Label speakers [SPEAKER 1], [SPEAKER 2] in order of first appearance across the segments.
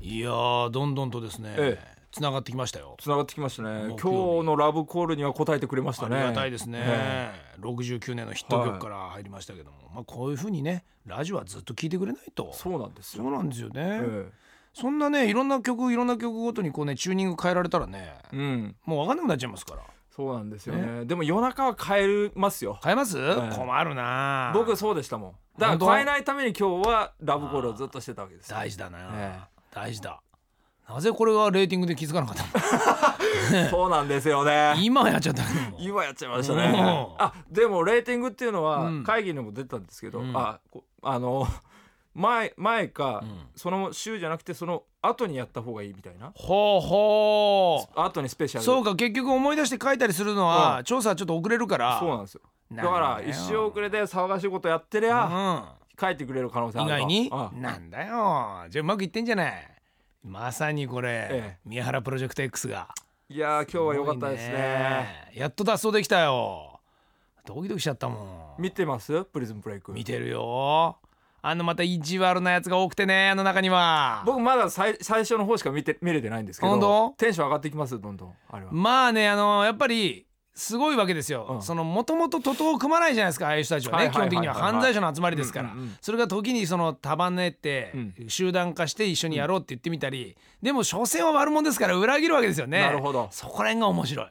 [SPEAKER 1] いやーどんどんとですね、
[SPEAKER 2] え
[SPEAKER 1] つながってきましたよ。
[SPEAKER 2] つながってきましたね
[SPEAKER 1] 木曜日
[SPEAKER 2] 今日のラブコールには答えてくれまし
[SPEAKER 1] あ
[SPEAKER 2] た
[SPEAKER 1] り
[SPEAKER 2] ね
[SPEAKER 1] がたいですね、
[SPEAKER 2] え
[SPEAKER 1] 69年のヒット曲から入りましたけども、まあ、こういうふうにねラジオはずっと聴いてくれないと
[SPEAKER 2] えそうなんですよ
[SPEAKER 1] そうなんですよね、
[SPEAKER 2] え
[SPEAKER 1] そんなねいろんな曲いろんな曲ごとにこうねチューニング変えられたらね、
[SPEAKER 2] えうん
[SPEAKER 1] もう分かんなくなっちゃいますから
[SPEAKER 2] そうなんですよねでも夜中は変えますよ
[SPEAKER 1] 変えます、
[SPEAKER 2] ええ
[SPEAKER 1] 困るな
[SPEAKER 2] 僕そうでしたもんだ
[SPEAKER 1] 本
[SPEAKER 2] か
[SPEAKER 1] 当
[SPEAKER 2] ら変えないために今日はラブコールをずっとしてたわけですよ
[SPEAKER 1] 大事だな、
[SPEAKER 2] え
[SPEAKER 1] 大事だなぜこれはレーティングで気づかなかった の
[SPEAKER 2] そうなんですよね
[SPEAKER 1] 今やっちゃったけども
[SPEAKER 2] 今やっちゃいました
[SPEAKER 1] うん
[SPEAKER 2] ねあでもレーティングっていうのは
[SPEAKER 1] うん
[SPEAKER 2] 会議にも出たんですけど、
[SPEAKER 1] うん
[SPEAKER 2] あこあの前前か、
[SPEAKER 1] うん
[SPEAKER 2] その週じゃなくてその後にやった方がいいみたいな
[SPEAKER 1] ほうほう
[SPEAKER 2] 後にスペシャル
[SPEAKER 1] そうか結局思い出して書いたりするのは、
[SPEAKER 2] う
[SPEAKER 1] 調査ちょっと遅れるから
[SPEAKER 2] そうなんですよ
[SPEAKER 1] な
[SPEAKER 2] だ
[SPEAKER 1] るほど
[SPEAKER 2] から一生遅れで騒がしいことやってりゃ
[SPEAKER 1] う
[SPEAKER 2] 帰ってくれる可能性あ
[SPEAKER 1] ん、
[SPEAKER 2] る
[SPEAKER 1] 意
[SPEAKER 2] わ
[SPEAKER 1] 外に
[SPEAKER 2] あ
[SPEAKER 1] なんだよじゃあうまくいってんじゃないまさにこれ、
[SPEAKER 2] え
[SPEAKER 1] 宮原プロジェクト X が
[SPEAKER 2] いやー今日は良かったですね
[SPEAKER 1] すごいねやっと脱走できたよドキドキしちゃったもん
[SPEAKER 2] 見てますプリズムブレイク
[SPEAKER 1] 見てるよあのまた意地悪なやつが多くてねあの中には
[SPEAKER 2] 僕まだ最最初の方しか見て見れてないんですけど
[SPEAKER 1] 本当
[SPEAKER 2] テンション上がってきますどんどんあれは、
[SPEAKER 1] まあねあのやっぱりすごいわけですよ、
[SPEAKER 2] うん
[SPEAKER 1] そのもともと徒党を組まないじゃないですかああいう人たちはね、
[SPEAKER 2] はいはいはいはい
[SPEAKER 1] 基本的には犯罪者の集まりですから、
[SPEAKER 2] うんうんうん
[SPEAKER 1] それが時にその束ねて、
[SPEAKER 2] う
[SPEAKER 1] 集団化して一緒にやろうって言ってみたり、でも所詮は悪者ですから裏切るわけですよね
[SPEAKER 2] なるほど
[SPEAKER 1] そこら辺が面白い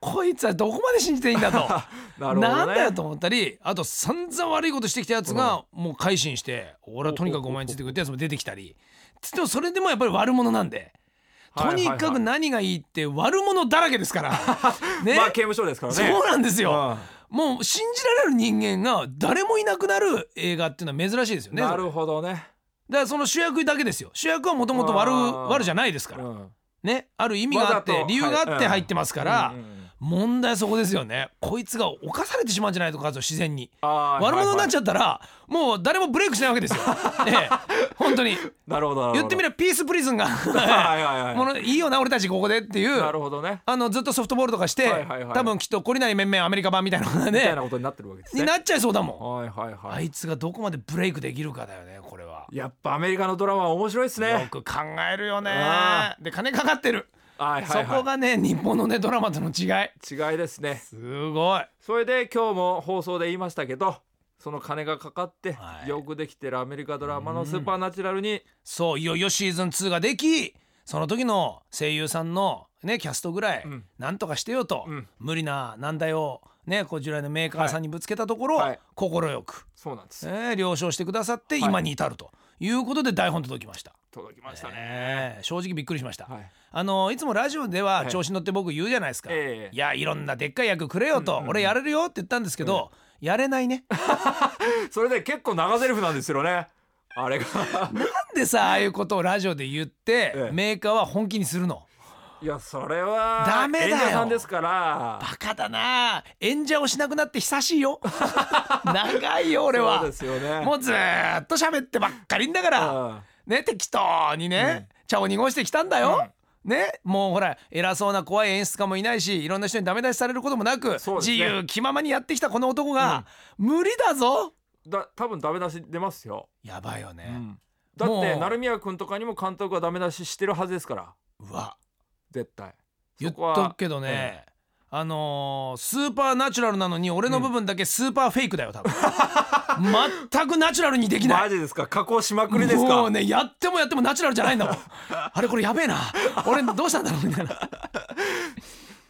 [SPEAKER 1] こいつはどこまで信じていいん だと
[SPEAKER 2] なるほどね
[SPEAKER 1] んだよと思ったりあと散々悪いことしてきたやつがもう改心して俺はとにかくお前についてくるってやつも出てきたりでもそれでもやっぱり悪者なんで
[SPEAKER 2] はい
[SPEAKER 1] と
[SPEAKER 2] はい
[SPEAKER 1] に
[SPEAKER 2] はい
[SPEAKER 1] かく何がいいって悪者だらけですから ね
[SPEAKER 2] まあ刑務所ですから
[SPEAKER 1] そう
[SPEAKER 2] ね
[SPEAKER 1] なんですよ
[SPEAKER 2] うん
[SPEAKER 1] もう信じられる人間が誰もいなくなる映画っていうのは珍しいですよね
[SPEAKER 2] な
[SPEAKER 1] それ
[SPEAKER 2] るほどね、
[SPEAKER 1] だからその主役だけですよ主役はもともと悪
[SPEAKER 2] あー
[SPEAKER 1] 悪じゃないですか
[SPEAKER 2] う
[SPEAKER 1] ら
[SPEAKER 2] ん、
[SPEAKER 1] ねある意味があっ
[SPEAKER 2] わざ
[SPEAKER 1] て
[SPEAKER 2] と
[SPEAKER 1] 理由があっ
[SPEAKER 2] はい
[SPEAKER 1] て
[SPEAKER 2] うん
[SPEAKER 1] 入ってますから
[SPEAKER 2] うんうんうん
[SPEAKER 1] 問題はそこですよねこいつが犯されてしまうんじゃないとか自然に
[SPEAKER 2] あー
[SPEAKER 1] 悪者になっ
[SPEAKER 2] ゃ
[SPEAKER 1] ちゃったらもう誰もブレイクしないわけです よええ本当に
[SPEAKER 2] うなるほどなるほど
[SPEAKER 1] 言ってみればピースプリズンが
[SPEAKER 2] はいはいはい
[SPEAKER 1] ものいいよな俺たちここでっていう
[SPEAKER 2] なるほどね
[SPEAKER 1] あのずっとソフトボールとかして、
[SPEAKER 2] はいはいはい
[SPEAKER 1] 多分きっと懲りない面々アメリカ版みたいなのが
[SPEAKER 2] みたい
[SPEAKER 1] ね
[SPEAKER 2] なことになってるわけです
[SPEAKER 1] に
[SPEAKER 2] ね
[SPEAKER 1] なっちゃいそうだもん
[SPEAKER 2] はいはい
[SPEAKER 1] あ
[SPEAKER 2] はい
[SPEAKER 1] いつがどこまでブレイクできるかだよねこれは、
[SPEAKER 2] やっぱアメリカのドラマは面白いです
[SPEAKER 1] よ
[SPEAKER 2] ね
[SPEAKER 1] く考えるよね
[SPEAKER 2] あ
[SPEAKER 1] で金かかってる、
[SPEAKER 2] はいはい
[SPEAKER 1] そこ
[SPEAKER 2] は
[SPEAKER 1] がね日本のねドラマとの違い
[SPEAKER 2] い違いですね
[SPEAKER 1] すごい
[SPEAKER 2] それで今日も放送で言いましたけどその金がかかって
[SPEAKER 1] はい
[SPEAKER 2] よくできてるアメリカドラマの「スーパーナチュラル」に
[SPEAKER 1] そういよいよシーズン2ができその時の声優さんの、ね、キャストぐらい
[SPEAKER 2] ん
[SPEAKER 1] なんとかしてよと、
[SPEAKER 2] うん
[SPEAKER 1] 無理な難題を、ね、こちらのメーカーさんにぶつけたところ
[SPEAKER 2] はいはい
[SPEAKER 1] 快、く、
[SPEAKER 2] そうなんです
[SPEAKER 1] えー了承してくださって今に至るということで台本届きました。
[SPEAKER 2] 届きましたね
[SPEAKER 1] えー正直びっくりしました、
[SPEAKER 2] はい
[SPEAKER 1] あのいつもラジオでは調子乗って僕言うじゃないですか、
[SPEAKER 2] ええ
[SPEAKER 1] いやいろんなでっかい役くれよと、俺やれるよって言ったんですけど、やれないねな
[SPEAKER 2] それで結構長ゼリフなんですよねあ れが
[SPEAKER 1] んでさああいうことをラジオで言って、
[SPEAKER 2] ええ
[SPEAKER 1] メーカーは本気にするの
[SPEAKER 2] いやそれは
[SPEAKER 1] ダメだよ
[SPEAKER 2] 演者さんですから
[SPEAKER 1] バカだな演者をしなくなって久しいよ 長いよ俺
[SPEAKER 2] そう
[SPEAKER 1] は
[SPEAKER 2] ですよね
[SPEAKER 1] もうずーっと喋ってばっかりんだから
[SPEAKER 2] うん
[SPEAKER 1] ね適当にね、茶を濁してきたんだよ、ねもうほら偉そうな怖い演出家もいないしいろんな人にダメ出しされることもなく、
[SPEAKER 2] そうで
[SPEAKER 1] 自
[SPEAKER 2] すね
[SPEAKER 1] 由気ままにやってきたこの男が、無理だぞ
[SPEAKER 2] だ多分ダメ出し出ますよ、
[SPEAKER 1] やばいよ
[SPEAKER 2] う
[SPEAKER 1] ね、
[SPEAKER 2] んだっ
[SPEAKER 1] も
[SPEAKER 2] て
[SPEAKER 1] う
[SPEAKER 2] 成宮君とかにも監督はダメ出ししてるはずですから
[SPEAKER 1] うわ
[SPEAKER 2] 絶対
[SPEAKER 1] 言っ
[SPEAKER 2] そこは
[SPEAKER 1] とくけどね、あのースーパーナチュラルなのに俺の部分だけスーパーフェイクだよ 多分全くナチュラルにできない
[SPEAKER 2] マジですか加工しまくりです
[SPEAKER 1] も
[SPEAKER 2] か
[SPEAKER 1] うねやってもやってもナチュラルじゃない んだもんあれこれやべえな俺どうしたんだろうみたいな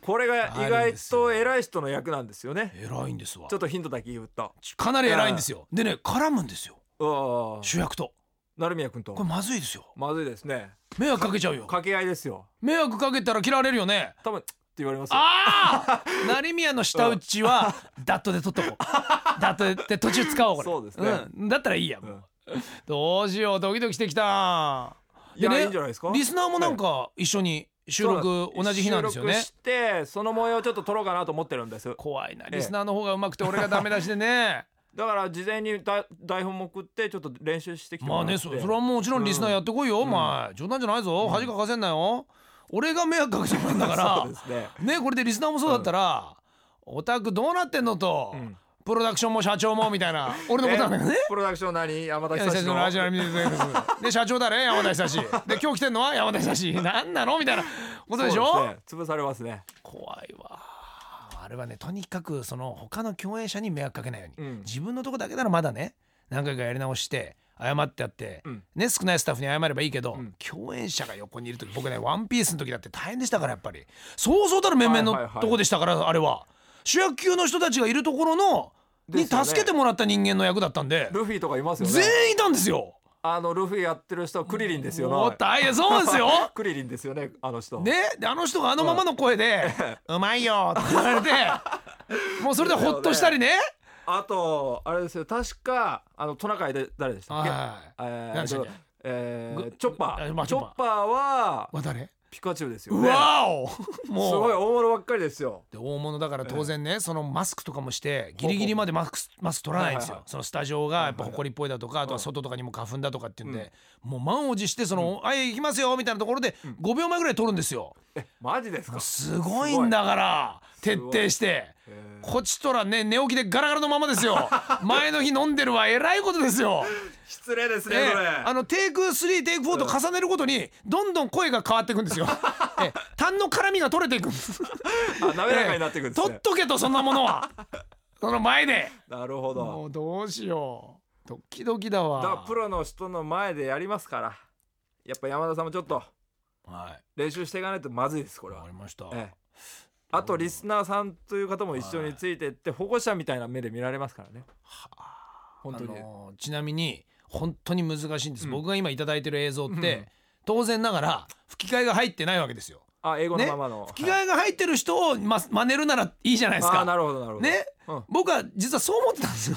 [SPEAKER 2] これが意
[SPEAKER 1] あるんで
[SPEAKER 2] 外
[SPEAKER 1] すよ
[SPEAKER 2] と偉い人の役なんですよね
[SPEAKER 1] 偉いんですわ
[SPEAKER 2] ちょっとヒントだけ言うと
[SPEAKER 1] かなり偉いんですよでね絡むんですよ
[SPEAKER 2] うん
[SPEAKER 1] 主役と
[SPEAKER 2] 成宮君
[SPEAKER 1] ことれまずいですよ
[SPEAKER 2] まずいですね
[SPEAKER 1] 迷惑かけちゃうよ
[SPEAKER 2] 掛け合いですよ
[SPEAKER 1] 迷惑かけたら嫌われるよね
[SPEAKER 2] 多分って言われますよ
[SPEAKER 1] ああ成宮の舌打ちはダットで取っとこうダットで途中使おうこれ
[SPEAKER 2] そうですね
[SPEAKER 1] うんだったらいいやもう
[SPEAKER 2] うん
[SPEAKER 1] どうしようドキドキしてきた
[SPEAKER 2] いや
[SPEAKER 1] でね
[SPEAKER 2] いいんじゃないですか
[SPEAKER 1] リスナーもなんか一緒に収録
[SPEAKER 2] そう
[SPEAKER 1] 同じ日なんですよね
[SPEAKER 2] 収録してその模様をちょっと撮ろうかなと思ってるんです
[SPEAKER 1] 怖いな
[SPEAKER 2] ええ
[SPEAKER 1] リスナーの方が上手くて俺がダメ出しでね
[SPEAKER 2] だから事前にだ台本も送ってちょっと練習してきて
[SPEAKER 1] ま
[SPEAKER 2] もら
[SPEAKER 1] あ
[SPEAKER 2] って
[SPEAKER 1] ねそそれはもちろんリスナーやってこいよ、お前冗談じゃないぞ、恥かかせんなよ俺が迷惑かけちゃうんだか
[SPEAKER 2] そうです
[SPEAKER 1] ら
[SPEAKER 2] ね
[SPEAKER 1] ねこれでリスナーもそうだったら、オタクどうなってんのと、
[SPEAKER 2] うん
[SPEAKER 1] プロダクションも社長もみたいな俺のことなんだけどね
[SPEAKER 2] プロダクション何山田
[SPEAKER 1] 山
[SPEAKER 2] 久
[SPEAKER 1] 田久
[SPEAKER 2] 志
[SPEAKER 1] 志のラジオラミネート ですで社長誰山田久志で今日来てんのは山田久志なんなのみたいなことでしょ
[SPEAKER 2] そうですね潰されますね
[SPEAKER 1] 怖いわあれはねとにかくその他の共演者に迷惑かけないように、
[SPEAKER 2] うん
[SPEAKER 1] 自分のとこだけならまだね何回かやり直して謝ってやって、
[SPEAKER 2] うん
[SPEAKER 1] ね少ないスタッフに謝ればいいけど、
[SPEAKER 2] ん
[SPEAKER 1] 共演者が横にいる時僕ね「ワンピースの時だって大変でしたからやっぱりそうそうたる面々
[SPEAKER 2] はいはいは
[SPEAKER 1] の
[SPEAKER 2] い
[SPEAKER 1] とこでしたから、あれは主役級の人たちがいるところのに
[SPEAKER 2] ですよ
[SPEAKER 1] 助
[SPEAKER 2] ね
[SPEAKER 1] けてもらった人間の役だったんで
[SPEAKER 2] ルフィとかいますよね
[SPEAKER 1] 全員いたんですよ。
[SPEAKER 2] あのルフィやってる人クリリンですよ
[SPEAKER 1] もう
[SPEAKER 2] ね
[SPEAKER 1] 大変そうですよ
[SPEAKER 2] クリリンですよねあの人
[SPEAKER 1] ねであの人があのままの声で「うまいよ」って言わ れてもうそれでほっとしたりね
[SPEAKER 2] あとあれですよ確かあのトナカイで誰でしたっけ
[SPEAKER 1] はい
[SPEAKER 2] え
[SPEAKER 1] 何でしたっ
[SPEAKER 2] ー
[SPEAKER 1] け
[SPEAKER 2] えー
[SPEAKER 1] ぐ
[SPEAKER 2] チョッパ
[SPEAKER 1] あまあ
[SPEAKER 2] ー
[SPEAKER 1] チ
[SPEAKER 2] チ
[SPEAKER 1] ョ
[SPEAKER 2] ョ
[SPEAKER 1] ッ
[SPEAKER 2] ッ
[SPEAKER 1] パ
[SPEAKER 2] パーは
[SPEAKER 1] わ誰
[SPEAKER 2] ピカチュウですよ
[SPEAKER 1] う
[SPEAKER 2] ね
[SPEAKER 1] わお
[SPEAKER 2] すごい
[SPEAKER 1] もう
[SPEAKER 2] 大物ばっかりですよ
[SPEAKER 1] で大物だから当然ねそのマスクとかもしてギリギリまでマスクマスク取らないんですよ
[SPEAKER 2] はいはい
[SPEAKER 1] そのスタジオがやっぱ埃っぽいだとかあとは外とかにも花粉だとかっていうんでもう満を持してその「あい行きますよ」みたいなところで5秒前ぐらい取るんですよ
[SPEAKER 2] えマジですか
[SPEAKER 1] すごいんだから徹
[SPEAKER 2] すごい
[SPEAKER 1] 底して
[SPEAKER 2] えー
[SPEAKER 1] こっちとらね寝起きでガラガラのままです よ前の日飲んでるはえらいことですよ
[SPEAKER 2] 失礼ですね
[SPEAKER 1] ええ
[SPEAKER 2] それ
[SPEAKER 1] あのテイク3テイク4と重ねるごとにどんどん声が変わっていくんですよ。 ええ、痰の絡みが取れていくんです。
[SPEAKER 2] あ 滑らかになってくるんです
[SPEAKER 1] 取っ
[SPEAKER 2] ね
[SPEAKER 1] とけとそんなもの はその前で。
[SPEAKER 2] なるほど
[SPEAKER 1] もうどうしよう。ドッキドキだ
[SPEAKER 2] だから
[SPEAKER 1] わ。
[SPEAKER 2] プロの人の前でやりますからやっぱ山田さんもちょっと
[SPEAKER 1] はい。
[SPEAKER 2] 練習していかないとまずいですこれ
[SPEAKER 1] わ
[SPEAKER 2] は
[SPEAKER 1] かりました。
[SPEAKER 2] ええあとリスナーさんという方も一緒についてって保護者みたいな目で見られますからね本当に
[SPEAKER 1] あのーちなみに本当に難しいんです。
[SPEAKER 2] うん
[SPEAKER 1] 僕が今いただいてる映像って、
[SPEAKER 2] うん
[SPEAKER 1] 当然ながら吹き替えが入ってないわけですよ。
[SPEAKER 2] あ英語のままの
[SPEAKER 1] 吹き
[SPEAKER 2] はい
[SPEAKER 1] 替えが入ってる人をま真似るならいいじゃないです
[SPEAKER 2] あ
[SPEAKER 1] か
[SPEAKER 2] ー。なるほどなるほど
[SPEAKER 1] ね
[SPEAKER 2] うん
[SPEAKER 1] 僕は実はそう思ってたん ですよ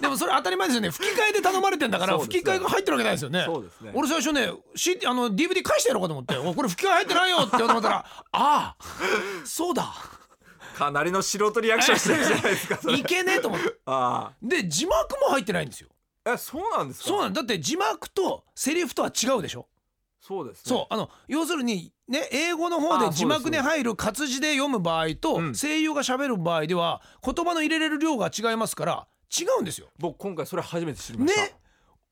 [SPEAKER 1] でもそれ当たり前ですよね吹き替えで頼まれてんだから、
[SPEAKER 2] そうですね
[SPEAKER 1] 吹き替えが入ってるわけないですよね
[SPEAKER 2] そうですね
[SPEAKER 1] 俺最初ね、CD、あの DVD 返してやろうかと思っておこれ吹き替え入ってないよって思 ったらああそうだ
[SPEAKER 2] かなりの素人リアクションしてるじゃないですかそ れ
[SPEAKER 1] いけねえと思って
[SPEAKER 2] あ
[SPEAKER 1] で字幕も入ってないんですよ
[SPEAKER 2] ーえそうなんですか
[SPEAKER 1] そうなんだって字幕とセリフとは違うでしょ
[SPEAKER 2] そうですね
[SPEAKER 1] そうあの要するにね英語の方
[SPEAKER 2] あーそう
[SPEAKER 1] で
[SPEAKER 2] です
[SPEAKER 1] 字幕に入る活字で読む場合と
[SPEAKER 2] うん
[SPEAKER 1] 声優が喋る場合では言葉の入れれる量が違いますから違うんですよ
[SPEAKER 2] 僕今回それ初めて知りま
[SPEAKER 1] ね
[SPEAKER 2] した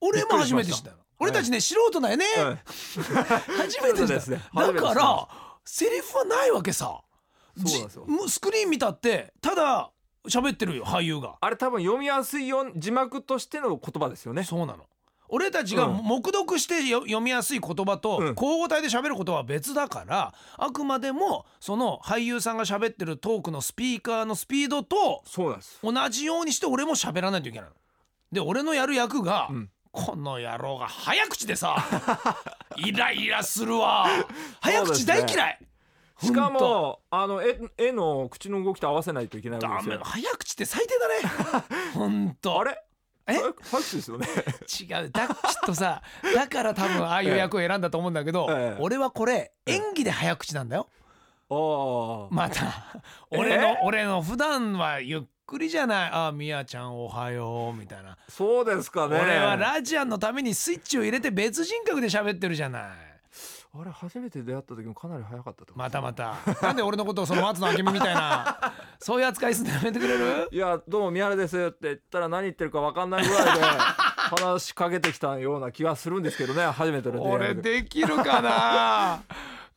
[SPEAKER 1] 俺も初めて知ったの俺たちね素人だよね、
[SPEAKER 2] うん
[SPEAKER 1] 初めて
[SPEAKER 2] そ
[SPEAKER 1] 知
[SPEAKER 2] うで
[SPEAKER 1] っ
[SPEAKER 2] す
[SPEAKER 1] た、
[SPEAKER 2] ね
[SPEAKER 1] だ
[SPEAKER 2] 初め
[SPEAKER 1] か
[SPEAKER 2] て知りました
[SPEAKER 1] らセリフはないわけさ
[SPEAKER 2] そうなんですよ
[SPEAKER 1] じもうスクリーン見たってただ喋ってるよ俳優が
[SPEAKER 2] あれ多分読みやすいよ字幕としての言葉ですよね
[SPEAKER 1] そうなの俺たちが
[SPEAKER 2] うん
[SPEAKER 1] 黙読してよ読みやすい言葉と
[SPEAKER 2] うん
[SPEAKER 1] 交互体で喋ることは別だからあくまでもその俳優さんが喋ってるトークのスピーカーのスピードと
[SPEAKER 2] そうなんです
[SPEAKER 1] 同じようにして俺も喋らないといけないの。で俺のやる役が、
[SPEAKER 2] うん
[SPEAKER 1] この野郎が早口で さイライラするわ早口大嫌い、
[SPEAKER 2] しか
[SPEAKER 1] ほんと
[SPEAKER 2] もあの絵絵の口の動きと合わせないといけないわ
[SPEAKER 1] ダ
[SPEAKER 2] け
[SPEAKER 1] メ
[SPEAKER 2] ですよ
[SPEAKER 1] 早口って最低 だねほんと
[SPEAKER 2] あれ
[SPEAKER 1] え
[SPEAKER 2] 早く拍手です よね
[SPEAKER 1] 違うだきっ とさだから多分ああいう役を選んだと思うんだけど、
[SPEAKER 2] ええ
[SPEAKER 1] 俺はこれ
[SPEAKER 2] ええ
[SPEAKER 1] 演技で早口なんだよ
[SPEAKER 2] ああ
[SPEAKER 1] また俺の、俺の普段はゆっくりじゃないああみやちゃんおはようみたいな
[SPEAKER 2] そうですかね
[SPEAKER 1] 俺はラジアンのためにスイッチを入れて別人格で喋ってるじゃない
[SPEAKER 2] あれ初めて出会った時もかなり早かったと思う
[SPEAKER 1] またまたなんで俺のことをその松野明美みたい なそういう扱いすんのやめてくれる
[SPEAKER 2] いやどうも宮原ですって言ったら何言ってるか分かんないぐ らいで話しかけてきたような気がするんですけどね初めての出会い
[SPEAKER 1] 俺できるかな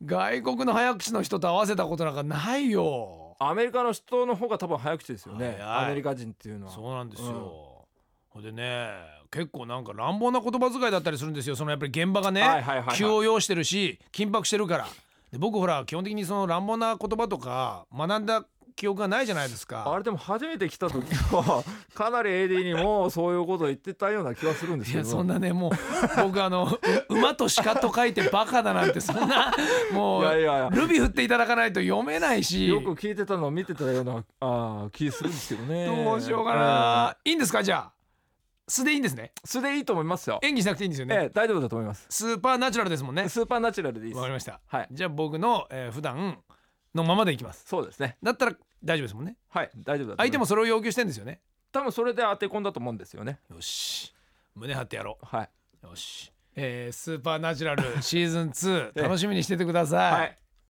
[SPEAKER 1] 外国の早口の人と合わせたことなんかないよ
[SPEAKER 2] アメリカの人の方が多分早口ですよね
[SPEAKER 1] 早い
[SPEAKER 2] アメリカ人っていうのは
[SPEAKER 1] そうなんですよ、ほんでね結構なんか乱暴な言葉遣いだったりするんですよそのやっぱり現場がね、
[SPEAKER 2] はいはいはいはい
[SPEAKER 1] 急を要してるし緊迫してるからで僕ほら基本的にその乱暴な言葉とか学んだ記憶がないじゃないですか
[SPEAKER 2] あれでも初めて来た時はかなり AD にもそういうことを言ってたような気がするんです
[SPEAKER 1] い
[SPEAKER 2] け
[SPEAKER 1] やそ
[SPEAKER 2] ど
[SPEAKER 1] んなねもう僕あのう馬と鹿と書いてバカだなんてそんなもう
[SPEAKER 2] いやいやいや
[SPEAKER 1] ルビ振っていただかないと読めないし
[SPEAKER 2] よく聞いてたのを見てたようなあー気するんですけどね
[SPEAKER 1] どうしようかな、いいんですかじゃあ素でいいんですね
[SPEAKER 2] うん素でいいと思いますよ、
[SPEAKER 1] 演技しなくていいんですよね、
[SPEAKER 2] ええ大丈夫だと思います
[SPEAKER 1] スーパーナチュラルですもんね
[SPEAKER 2] スーパーナチュラルでいいで
[SPEAKER 1] わか
[SPEAKER 2] す
[SPEAKER 1] りました
[SPEAKER 2] はい
[SPEAKER 1] じゃあ僕の、えー普段のままでいきます
[SPEAKER 2] そうですね
[SPEAKER 1] だったら大丈夫ですもんね
[SPEAKER 2] はい大丈夫だと思います
[SPEAKER 1] 相手もそれを要求してんですよね
[SPEAKER 2] 多分それで当て込んだと思うんですよね
[SPEAKER 1] よし胸張ってやろ
[SPEAKER 2] はいう
[SPEAKER 1] よし、えースーパーナチュラルシーズン2
[SPEAKER 2] ええ
[SPEAKER 1] 楽しみにしててください、
[SPEAKER 2] はい